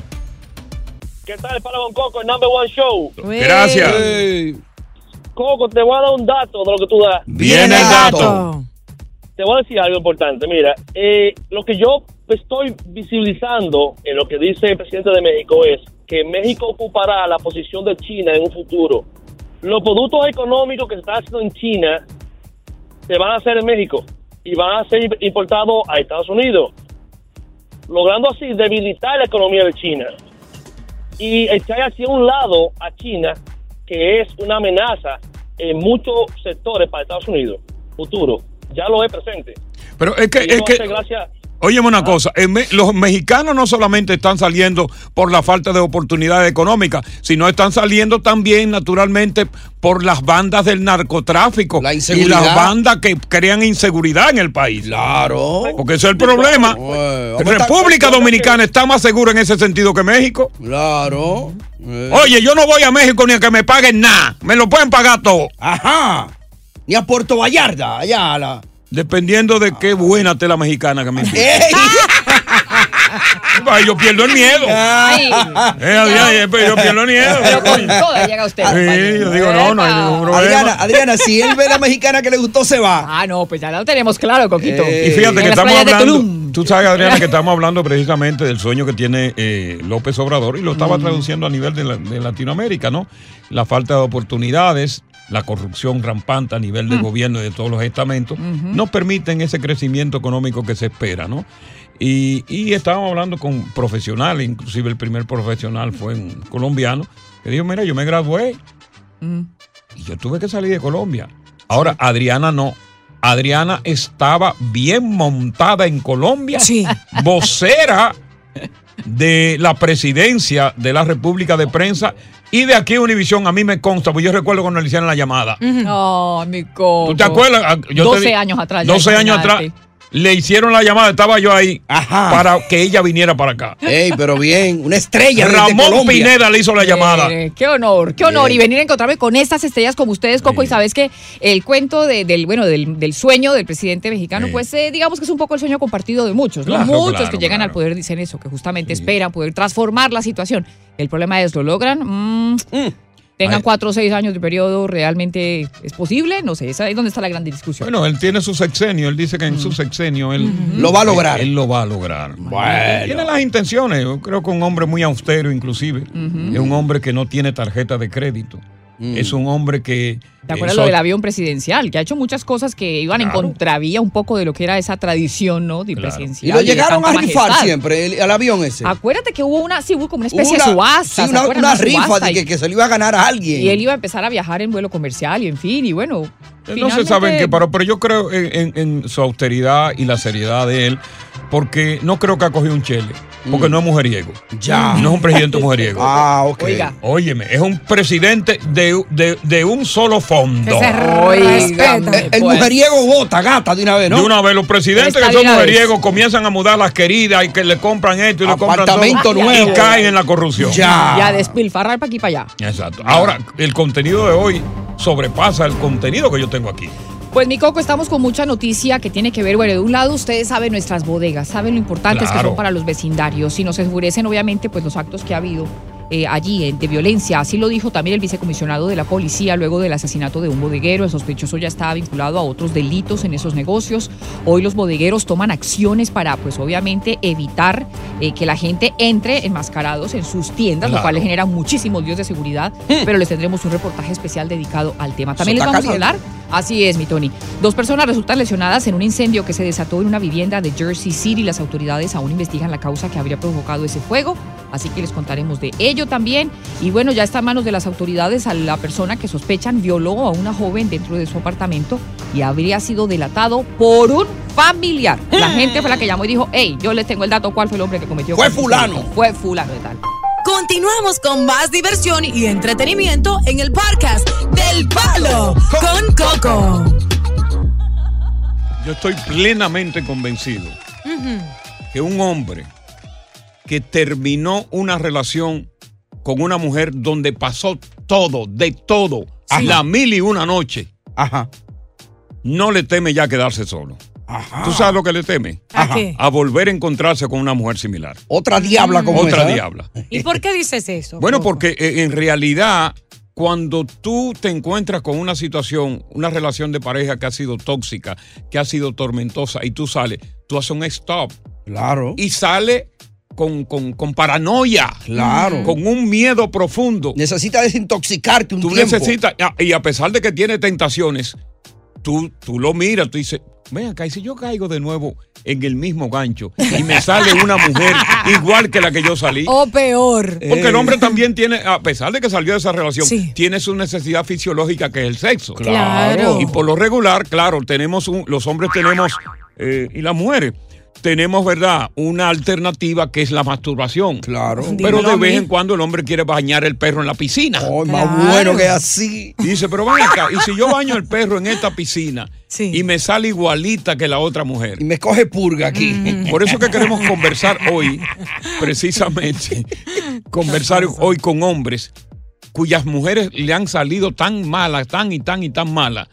¿Qué tal, Palo con Coco, el number one show? Gracias. Coco, te voy a dar un dato de lo que tú das. Viene el dato. Te voy a decir algo importante. Mira, eh, lo que yo estoy visibilizando en lo que dice el presidente de México es que México ocupará la posición de China en un futuro. Los productos económicos que se están haciendo en China se van a hacer en México y van a ser importados a Estados Unidos. logrando así debilitar la economía de China y echar hacia un lado a China, que es una amenaza en muchos sectores para Estados Unidos, futuro, ya lo es presente. Pero es que... Y eso Es que hace gracia- Óyeme una cosa, en me- los mexicanos no solamente están saliendo por la falta de oportunidad económica, sino están saliendo también naturalmente por las bandas del narcotráfico y inseguridad. las bandas que crean inseguridad en el país. Claro. Porque ese es el problema. República Dominicana está más segura en ese sentido que México. Claro. Eh. Eh. Oye, yo no voy a México ni a que me paguen nada. Me lo pueden pagar todo. Ajá. Ni a Puerto Vallarta, allá a la. Dependiendo de qué buena tela (laughs) mexicana que me invite. Ay, Yo pierdo el miedo. Ay. Eh, Adrián, eh, pero yo pierdo el miedo. Pero con todo llega usted. Ah, Sí, yo digo, no, no hay ningún problema. Adriana, Adriana, si él ve la mexicana que le gustó, se va. Eh, Ah, no, pues ya lo tenemos claro, Coquito. Y Eh, En fíjate que las estamos playas de Tulum. hablando, tú sabes Adriana (laughs) que estamos hablando precisamente del sueño que tiene eh, López Obrador y lo estaba Mm. traduciendo a nivel de, la- de Latinoamérica, ¿no? La falta de oportunidades, la corrupción rampante a nivel Mm. del gobierno y de todos los estamentos, no permiten ese crecimiento económico que se espera, ¿no? Y, y estábamos hablando con profesionales, inclusive el primer profesional fue un colombiano, que dijo, mira, yo me gradué Mm. y yo tuve que salir de Colombia. Ahora, Adriana no. Adriana estaba bien montada en Colombia, vocera de la presidencia de la República de Prensa y de aquí Univisión. A mí me consta, porque yo recuerdo cuando le hicieron la llamada. Ah, No, mi coco. ¿Tú te acuerdas? Ah, yo te 12 di- años atrás. ya 12 años atrás. imagínate. Le hicieron la llamada, estaba yo ahí para que ella viniera para acá. Ey, pero bien, una estrella. desde Ramón Colombia. Pineda le hizo la llamada. Eh, Qué honor, qué honor. Y venir a encontrarme con estas estrellas como ustedes, Coco. Y sabes que el cuento de- del, bueno, del, del sueño del presidente mexicano, Sí. pues eh, digamos que es un poco el sueño compartido de muchos. ¿no? Claro, muchos claro, que llegan al poder dicen eso, que justamente esperan poder transformar la situación. El problema es, ¿lo logran? Mm, Tengan Ay. cuatro o seis años de periodo, ¿realmente es posible? No sé, esa es donde está la gran discusión. Bueno, él tiene su sexenio, él dice que en su sexenio él Lo va a lograr. Él, él lo va a lograr. Tiene las intenciones, yo creo que un hombre muy austero inclusive, es un hombre que no tiene tarjeta de crédito, es un hombre que... eh, ¿Te acuerdas lo del avión presidencial? Que ha hecho muchas cosas que iban en contravía un poco de lo que era esa tradición, ¿no? De presidencial. Y lo y de llegaron a tanta rifar majestad. siempre, el- al avión ese. Acuérdate que hubo una, sí, hubo como una especie Hubo de una- subasta. sí, ¿se una- acuerdan? una rifa subasta de y- que- que se lo iba a ganar a alguien. Y él iba a empezar a viajar en vuelo comercial y en fin, y bueno. Eh, No se finalmente- sabe en qué paró, pero yo creo en, en- en su austeridad y la seriedad de él, porque no creo que ha cogido un chele, porque no es mujeriego. Ya. No es un presidente (laughs) mujeriego. Ah, ok. Oiga. Óyeme, es un presidente de, de- de un solo fondo. el, Pues. el mujeriego vota, gata, de una vez, ¿no? De una vez, los presidentes Está que de son una vez. mujeriegos comienzan a mudar las queridas y que le compran esto y le compran Apartamento todo, nuevo. Y caen en la corrupción. Y a despilfarrar para aquí y para allá. Exacto. Ahora, el contenido de hoy sobrepasa el contenido que yo tengo aquí. Pues mi coco, estamos con mucha noticia que tiene que ver, bueno, de un lado ustedes saben nuestras bodegas, saben lo importantes que Claro. son para los vecindarios y nos enfurecen obviamente pues los actos que ha habido eh, allí eh, de violencia. Así lo dijo también el vicecomisionado de la policía luego del asesinato de un bodeguero. El sospechoso ya estaba vinculado a otros delitos en esos negocios. Hoy los bodegueros toman acciones para pues obviamente evitar eh, que la gente entre enmascarados en sus tiendas, Claro. lo cual le genera muchísimos líos de seguridad, pero les tendremos un reportaje especial dedicado al tema. También les Eso vamos está a caliente. hablar Así es, mi Tony. Dos personas resultan lesionadas en un incendio que se desató en una vivienda de Jersey City. Las autoridades aún investigan la causa que habría provocado ese fuego, así que les contaremos de ello también. Y bueno, ya está en manos de las autoridades a la persona que sospechan violó a una joven dentro de su apartamento y habría sido delatado por un familiar. La gente fue la que llamó y dijo, hey, yo les tengo el dato, ¿cuál fue el hombre que cometió? Fue este fulano. delito? Fue fulano de tal. Continuamos con más diversión y entretenimiento en el podcast del Palo con Coco. Yo estoy plenamente convencido que un hombre que terminó una relación con una mujer donde pasó todo, de todo, a la mil y una noche, no le teme ya quedarse solo. ¿Tú sabes lo que le teme? ¿A Ajá. qué? A volver a encontrarse con una mujer similar. Otra diabla como Otra esa, ¿eh? diabla. ¿Y por qué dices eso? Bueno, porque eh, en realidad, cuando tú te encuentras con una situación, una relación de pareja que ha sido tóxica, que ha sido tormentosa, y tú sales, tú haces un stop. Claro. Y sale con, con- con paranoia. Claro. Con un miedo profundo. Necesitas desintoxicarte un tú tiempo. necesitas, ah, y a pesar de que tiene tentaciones, tú, tú lo miras, tú dices, ven acá, y si yo caigo de nuevo en el mismo gancho y me sale una mujer igual que la que yo salí. O peor. Porque Eh. el hombre también tiene, a pesar de que salió de esa relación, tiene su necesidad fisiológica que es el sexo. Claro. Y por lo regular, claro, tenemos un- los hombres tenemos, eh, y las mujeres, tenemos, ¿verdad?, una alternativa que es la masturbación. Claro. Pero Dímelo de a vez mí. en cuando el hombre quiere bañar el perro en la piscina. Más bueno que así. Dice, pero ven acá, y si yo baño el perro en esta piscina y me sale igualita que la otra mujer. Y me coge purga aquí. Por eso que queremos conversar hoy, precisamente, conversar hoy con hombres cuyas mujeres le han salido tan malas, tan y tan y tan malas,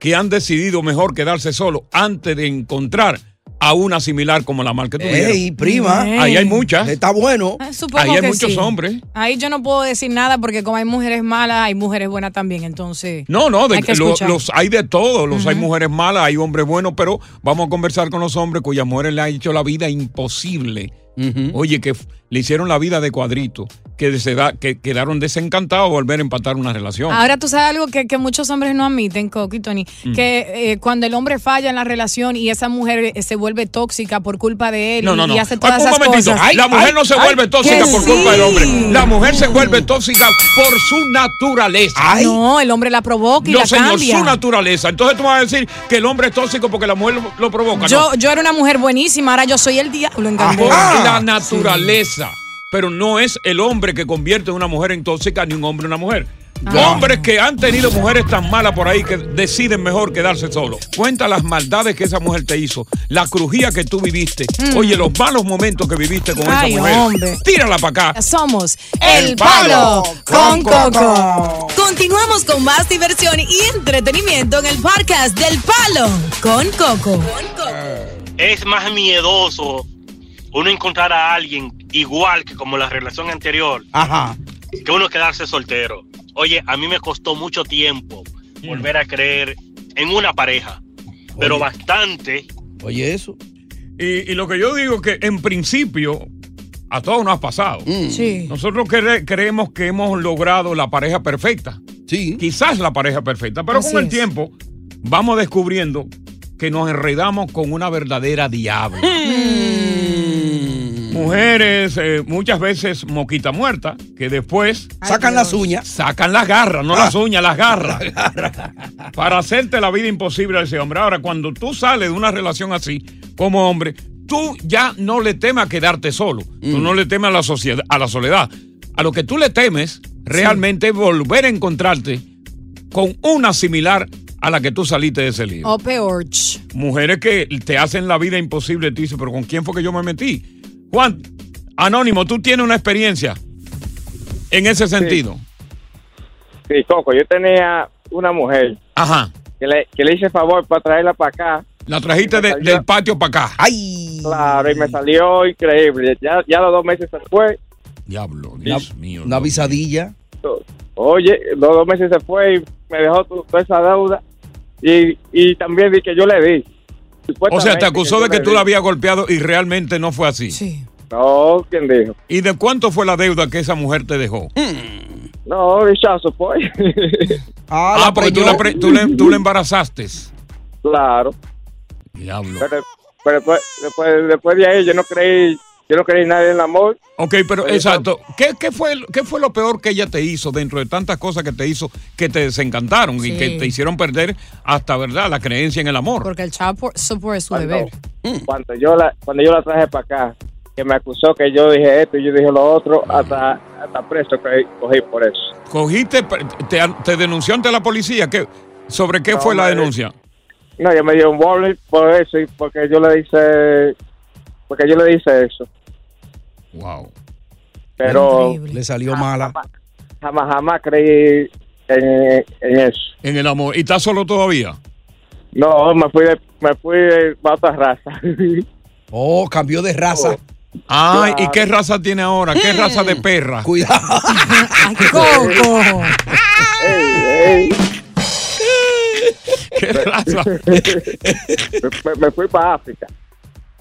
que han decidido mejor quedarse solo antes de encontrar a una similar como la mal que tuvieron. Ey, prima. Ahí hay muchas. Está bueno. Ah, Supongo Ahí hay que muchos sí. hombres. Ahí yo no puedo decir nada porque como hay mujeres malas, hay mujeres buenas también, entonces. No, no, de- hay que lo- escuchar. los hay de todo, los hay mujeres malas, hay hombres buenos, pero vamos a conversar con los hombres cuyas mujeres le han hecho la vida imposible. Oye, que f- le hicieron la vida de cuadrito, que, se da- que quedaron desencantados de volver a empatar una relación. Ahora tú sabes algo que, que muchos hombres no admiten, Coco y Tony, Mm. que eh, cuando el hombre falla en la relación y esa mujer eh, se vuelve tóxica por culpa de él no, y, no, no. y hace todas Ay, un esas momentito. cosas. la mujer no se vuelve tóxica por culpa del hombre. La mujer se vuelve tóxica por su naturaleza. No, el hombre la provoca y No, la señor, cambia. su naturaleza. Entonces tú vas a decir que el hombre es tóxico porque la mujer lo, lo provoca. No. Yo, yo era una mujer buenísima, ahora yo soy el diablo en Ah, cambio. por Ah, la naturaleza. Pero no es el hombre que convierte a una mujer en tóxica ni un hombre en una mujer. Ah. Hombres que han tenido mujeres tan malas por ahí que deciden mejor quedarse solos. Cuenta las maldades que esa mujer te hizo, la crujía que tú viviste. Mm. Oye, los malos momentos que viviste con Ay, esa mujer. hombre. Tírala para acá. Somos El Palo con Coco. Continuamos con más diversión y entretenimiento en el podcast del Palo con Coco. es más miedoso uno encontrar a alguien igual que como la relación anterior Ajá. que uno quedarse soltero. Oye, a mí me costó mucho tiempo volver a creer en una pareja, pero bastante. Oye, eso. Y, y lo que yo digo es que en principio a todos nos ha pasado. Mm. Sí. Nosotros cre- creemos que hemos logrado la pareja perfecta. Sí. Quizás la pareja perfecta, pero Así con el es. tiempo vamos descubriendo que nos enredamos con una verdadera (laughs) diabla. Mm. Mujeres eh, muchas veces moquita muerta, que después... Sacan las uñas. Ah. Sacan las garras, no las uñas, las garras. (laughs) Para hacerte la vida imposible a ese hombre. Ahora, cuando tú sales de una relación así, como hombre, tú ya no le temas quedarte solo. Tú no le temes a la, sociedad, a la soledad. A lo que tú le temes realmente es volver a encontrarte con una similar a la que tú saliste de ese lío. O peor. Mujeres que te hacen la vida imposible, tú dices, pero ¿con quién fue que yo me metí? Juan, Anónimo, tú tienes una experiencia en ese sentido. Sí, Coco, yo tenía una mujer. Ajá. Que le, que le hice favor para traerla para acá. La trajiste de- del patio para acá. ¡Ay! Claro, y me salió increíble. Ya, ya los dos meses después. Diablo, Dios mío. Una visadilla. Oye, los dos meses se fue y me dejó tu- toda esa deuda. Y, y también di que yo le di. O sea, te acusó de que tú la habías... habías golpeado y realmente no fue así. Sí. No, ¿quién dijo? ¿Y de cuánto fue la deuda que esa mujer te dejó? Mm. No, rechazo, pues. (laughs) Ah, porque tú, la pre- tú le, tú la embarazaste. Claro. Diablo. Pero, pero después, después, después de ahí yo no creí, yo no creí nada en el amor. Ok, pero exacto. ¿Qué, qué fue, ¿Qué fue lo peor que ella te hizo dentro de tantas cosas que te hizo que te desencantaron Sí. y que te hicieron perder hasta, ¿verdad?, la creencia en el amor? Porque el chavo por- support es su deber. Mm. cuando yo la cuando yo la traje para acá que me acusó que yo dije esto y yo dije lo otro Ah. hasta hasta preso que cogí por eso ¿Cogiste, pre- te, te denunció ante la policía? ¿Qué, ¿Sobre qué No, fue la hombre. denuncia? no yo me dio un warning por eso y porque yo le hice porque yo le hice eso wow pero Le salió Ah, mala. jamás jamás creí en, en eso en el amor y estás solo todavía no me fui de, me fui de para otra raza (laughs) Oh, cambió de raza. Oh. Ah. Hmm. Ay, ¿y qué raza tiene ahora? ¿Qué raza Mm. de perra? (laughs) Cuidado. (laughs) Coco. ¿Qué raza? (laughs) me, me fui para África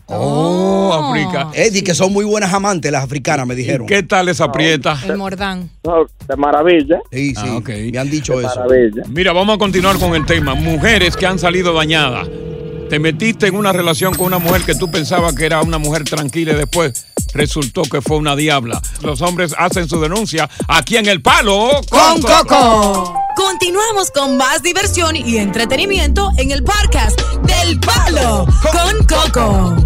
Oh, rica. Eddie, que son muy buenas amantes las africanas, me dijeron. ¿Qué tal esa prieta? El mordán. Ah, No, de maravilla. Sí, sí. Me han dicho eso. Mira, vamos a continuar con el tema. Mujeres que han salido dañadas. Te metiste en una relación con una mujer que tú pensabas que era una mujer tranquila y después resultó que fue una diabla. Los hombres hacen su denuncia aquí en El Palo con Coco. Continuamos con más diversión y entretenimiento en el podcast del Palo con Coco.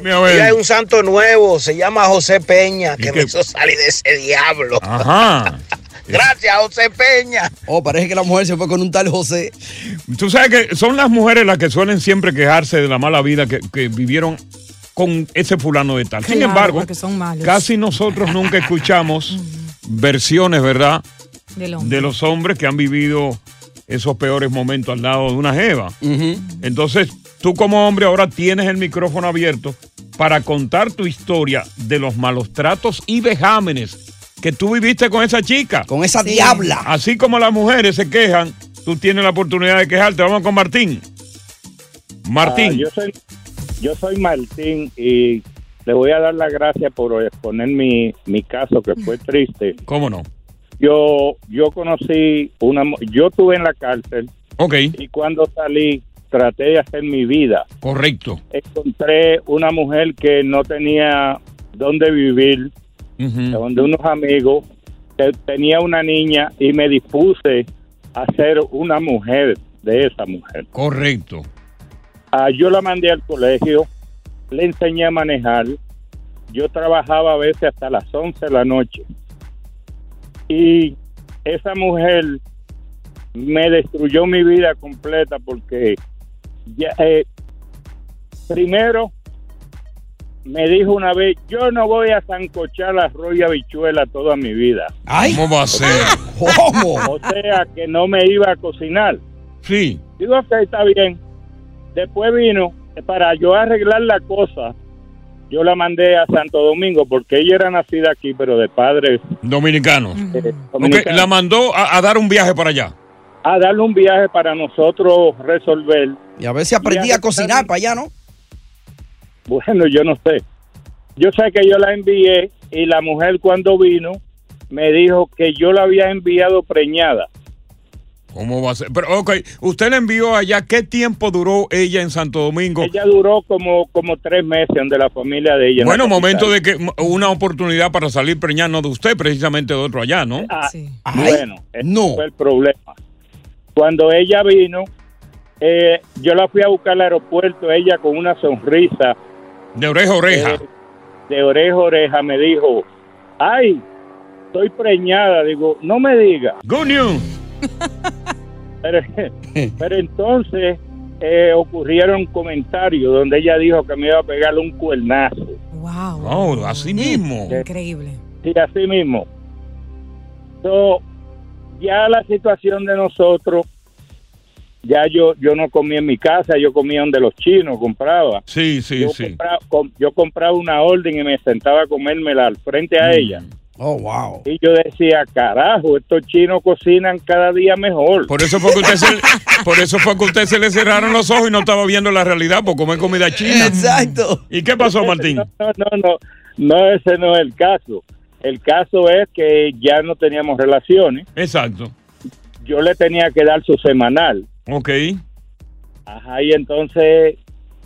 Mira, hay un santo nuevo, se llama José Peña, que me qué? hizo salir de ese diablo. Ajá. (laughs) Gracias, José Peña. Oh, parece que la mujer se fue con un tal José. Tú sabes que son las mujeres las que suelen siempre quejarse de la mala vida que, que vivieron con ese fulano de tal. Sin Claro, embargo, porque son malos. casi nosotros nunca escuchamos versiones, ¿verdad? Del hombre. De los hombres que han vivido esos peores momentos al lado de una jeva. Entonces, tú como hombre ahora tienes el micrófono abierto para contar tu historia de los malos tratos y vejámenes que tú viviste con esa chica. Con esa Sí. diabla. Así como las mujeres se quejan, tú tienes la oportunidad de quejarte. Vamos con Martín. Martín. Ah, yo, soy, yo soy Martín y le voy a dar las gracias por exponer mi, mi caso que (laughs) fue triste. ¿Cómo no? Yo, yo conocí una... mu- Yo estuve en la cárcel. Ok. Y cuando salí traté de hacer mi vida. Correcto. Encontré una mujer que no tenía dónde vivir, donde unos amigos, que tenía una niña y me dispuse a ser una mujer de esa mujer. Correcto. Ah, yo la mandé al colegio, le enseñé a manejar. Yo trabajaba a veces hasta las 11 de la noche. Y esa mujer me destruyó mi vida completa porque ya, eh, primero me dijo una vez, yo no voy a zancochar arroz y habichuela toda mi vida. ¿Cómo va a ser? O sea, que no me iba a cocinar. Sí. Digo, ok, está bien. Después vino, eh, para yo arreglar la cosa, yo la mandé a Santo Domingo, porque ella era nacida aquí, pero de padres... Eh, Dominicanos. dominicanos. Ok, la mandó a, a dar un viaje para allá. A darle un viaje para nosotros resolver. Y a ver si aprendí a cocinar para allá, ¿no? Bueno, yo no sé. Yo sé que yo la envié y la mujer cuando vino me dijo que yo la había enviado preñada. ¿Cómo va a ser? Pero, ok, usted le envió allá. ¿Qué tiempo duró ella en Santo Domingo? Ella duró como, como tres meses donde la familia de ella. en la Bueno, capital. momento de que m- una oportunidad para salir preñada, no de usted, precisamente de otro allá, ¿no? Ah, bueno, ese fue el problema. Cuando ella vino, eh, yo la fui a buscar al aeropuerto, ella con una sonrisa. eh, De oreja a oreja. de oreja a oreja me dijo, ay, estoy preñada. Digo, no me diga. Good news. Pero, (laughs) pero entonces eh, ocurrieron comentarios donde ella dijo que me iba a pegarle un cuernazo. Wow. Wow, así mismo. Increíble. Sí, así mismo. So, ya la situación de nosotros, ya yo yo no comía en mi casa, yo comía donde los chinos compraba. Sí, sí, yo sí. Compraba, com- yo compraba una orden y me sentaba a comérmela al frente Mm. a ella. Oh, wow. Y yo decía, carajo, estos chinos cocinan cada día mejor. Por eso fue que usted se, por eso fue que usted se le cerraron los ojos y no estaba viendo la realidad por comer comida china. Exacto. ¿Y qué pasó, Martín? No, no, no, no, ese no es el caso. El caso es que ya no teníamos relaciones. Exacto. Oh. Yo le tenía que dar su semanal. Ok. Ajá, y entonces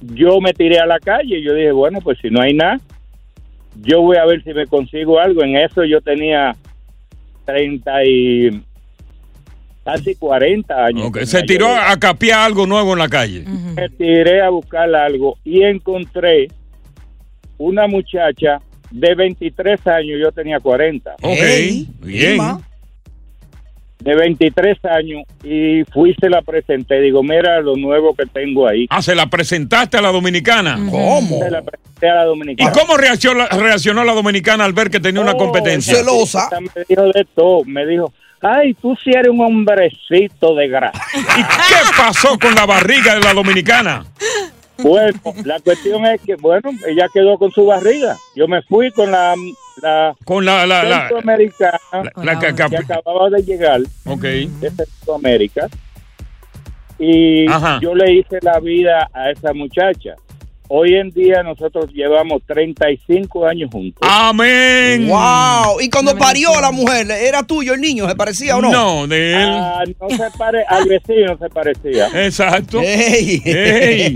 yo me tiré a la calle y yo dije, bueno, pues si no hay nada, yo voy a ver si me consigo algo. En eso yo tenía 30 y casi 40 años. Ok, Se tiró a capear algo nuevo en la calle. me tiré a buscar algo y encontré una muchacha de 23 años, yo tenía 40. Ok, bien. De 23 años y fui, se la presenté. Digo, mira lo nuevo que tengo ahí. Ah, se la presentaste a la dominicana. ¿Cómo? Se la presenté a la ¿Y dominicana. Oh, cómo reaccionó, reaccionó la dominicana al ver que tenía una competencia? Ella Me dijo de todo, me dijo, ay, tú si eres un hombrecito de grasa. ¿Qué pasó con la barriga de la dominicana? Bueno, la cuestión es que, bueno, ella quedó con su barriga. Yo me fui con la... la con la... la- la- centroamericana la que- que acababa de llegar de Centroamérica. Y Ajá. yo le hice la vida a esa muchacha. Hoy en día nosotros llevamos 35 años juntos. ¡Amén! ¡Wow! Y cuando parió la mujer, ¿era tuyo el niño? ¿Se parecía o no? No, de él. Ah, no se pare, al vecino se parecía. Exacto. Ey. Ey.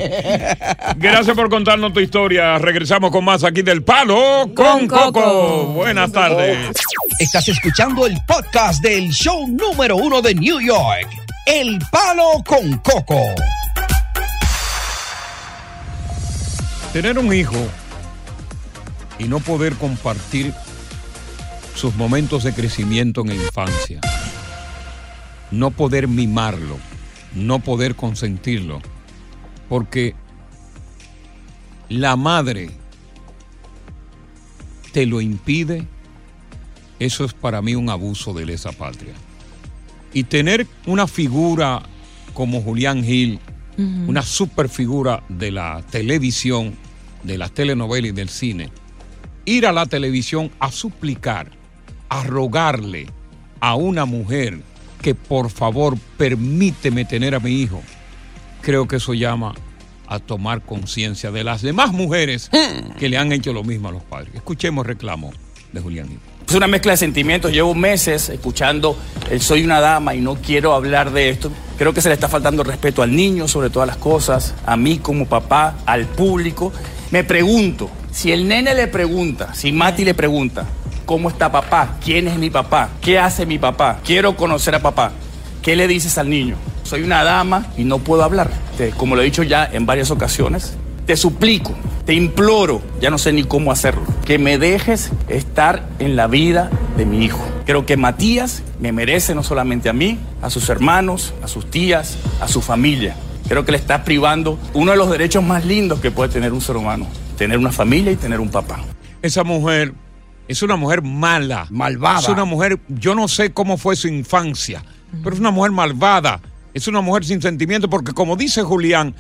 (laughs) Gracias por contarnos tu historia. Regresamos con más aquí del Palo con, Con Coco. Coco. Buenas tardes. Estás escuchando el podcast del show número uno de New York, El Palo con Coco. Tener un hijo y no poder compartir sus momentos de crecimiento en la infancia, no poder mimarlo, no poder consentirlo, porque la madre te lo impide, eso es para mí un abuso de lesa patria. Y tener una figura como Julián Gil, una super figura de la televisión, de las telenovelas y del cine, ir a la televisión a suplicar, a rogarle a una mujer que por favor permíteme tener a mi hijo, creo que eso llama a tomar conciencia de las demás mujeres que le han hecho lo mismo a los padres. Escuchemos el reclamo de Julián Gil. Es una mezcla de sentimientos. Llevo meses escuchando el soy una dama y no quiero hablar de esto. Creo que se le está faltando respeto al niño sobre todas las cosas, a mí como papá, al público. Me pregunto, si el nene le pregunta, si Mati le pregunta, ¿cómo está papá? ¿Quién es mi papá? ¿Qué hace mi papá? Quiero conocer a papá. ¿Qué le dices al niño? Soy una dama y no puedo hablar. Te- como lo he dicho ya en varias ocasiones, te suplico, te imploro, ya no sé ni cómo hacerlo, que me dejes estar en la vida de mi hijo. Creo que Matías me merece no solamente a mí, a sus hermanos, a sus tías, a su familia. Creo que le estás privando uno de los derechos más lindos que puede tener un ser humano, tener una familia y tener un papá. Esa mujer es una mujer mala. Malvada. Es una mujer, yo no sé cómo fue su infancia, pero es una mujer malvada. Es una mujer sin sentimiento porque como dice Julián,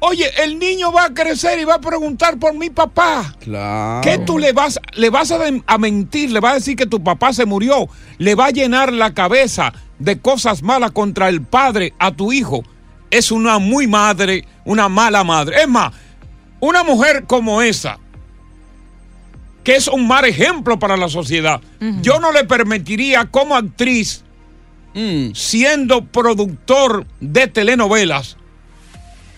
oye, el niño va a crecer y va a preguntar por mi papá. Claro. ¿Qué tú le vas, le vas a, de- a mentir? ¿Le vas a decir que tu papá se murió? ¿Le va a llenar la cabeza de cosas malas contra el padre a tu hijo? Es una muy madre, una mala madre. Es más, una mujer como esa, que es un mal ejemplo para la sociedad, yo no le permitiría como actriz, Mm. siendo productor de telenovelas,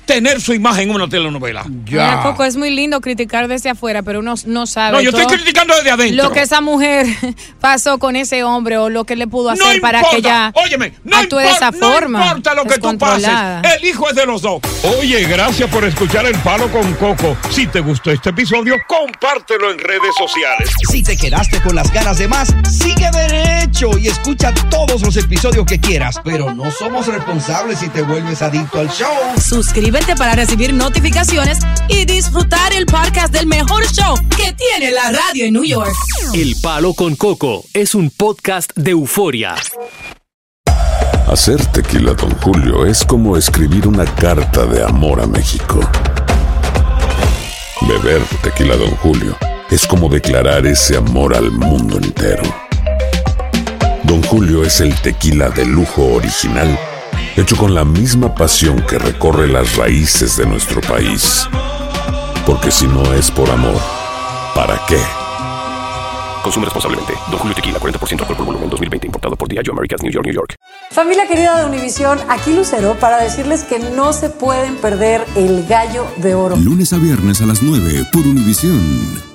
tener su imagen en una telenovela. Mira, Coco, es muy lindo criticar desde afuera, pero uno no sabe. No, yo estoy todo criticando desde adentro. Lo que esa mujer (laughs) pasó con ese hombre o lo que le pudo hacer para que ella Óyeme, no actúe de esa forma. No importa lo que tú pases, descontrolada. el hijo es de los dos. Oye, gracias por escuchar El Palo con Coco. Si te gustó este episodio, compártelo en redes sociales. Si te quedaste con las ganas de más, sigue derecho y escucha todos los episodios que quieras. Pero no somos responsables si te vuelves adicto al show. Suscríbete para recibir notificaciones y disfrutar el podcast del mejor show que tiene la radio en New York. El Palo con Coco es un podcast de euforia. Hacer tequila, Don Julio, es como escribir una carta de amor a México. Beber tequila, Don Julio, es como declarar ese amor al mundo entero. Don Julio es el tequila de lujo original, hecho con la misma pasión que recorre las raíces de nuestro país. Porque si no es por amor, ¿para qué? Consume responsablemente. Don Julio Tequila, 40% alcohol por volumen, 2020. Importado por Diageo Americas, New York, New York. Familia querida de Univisión, aquí Lucero para decirles que no se pueden perder el gallo de oro. Lunes a viernes a las 9 por Univisión.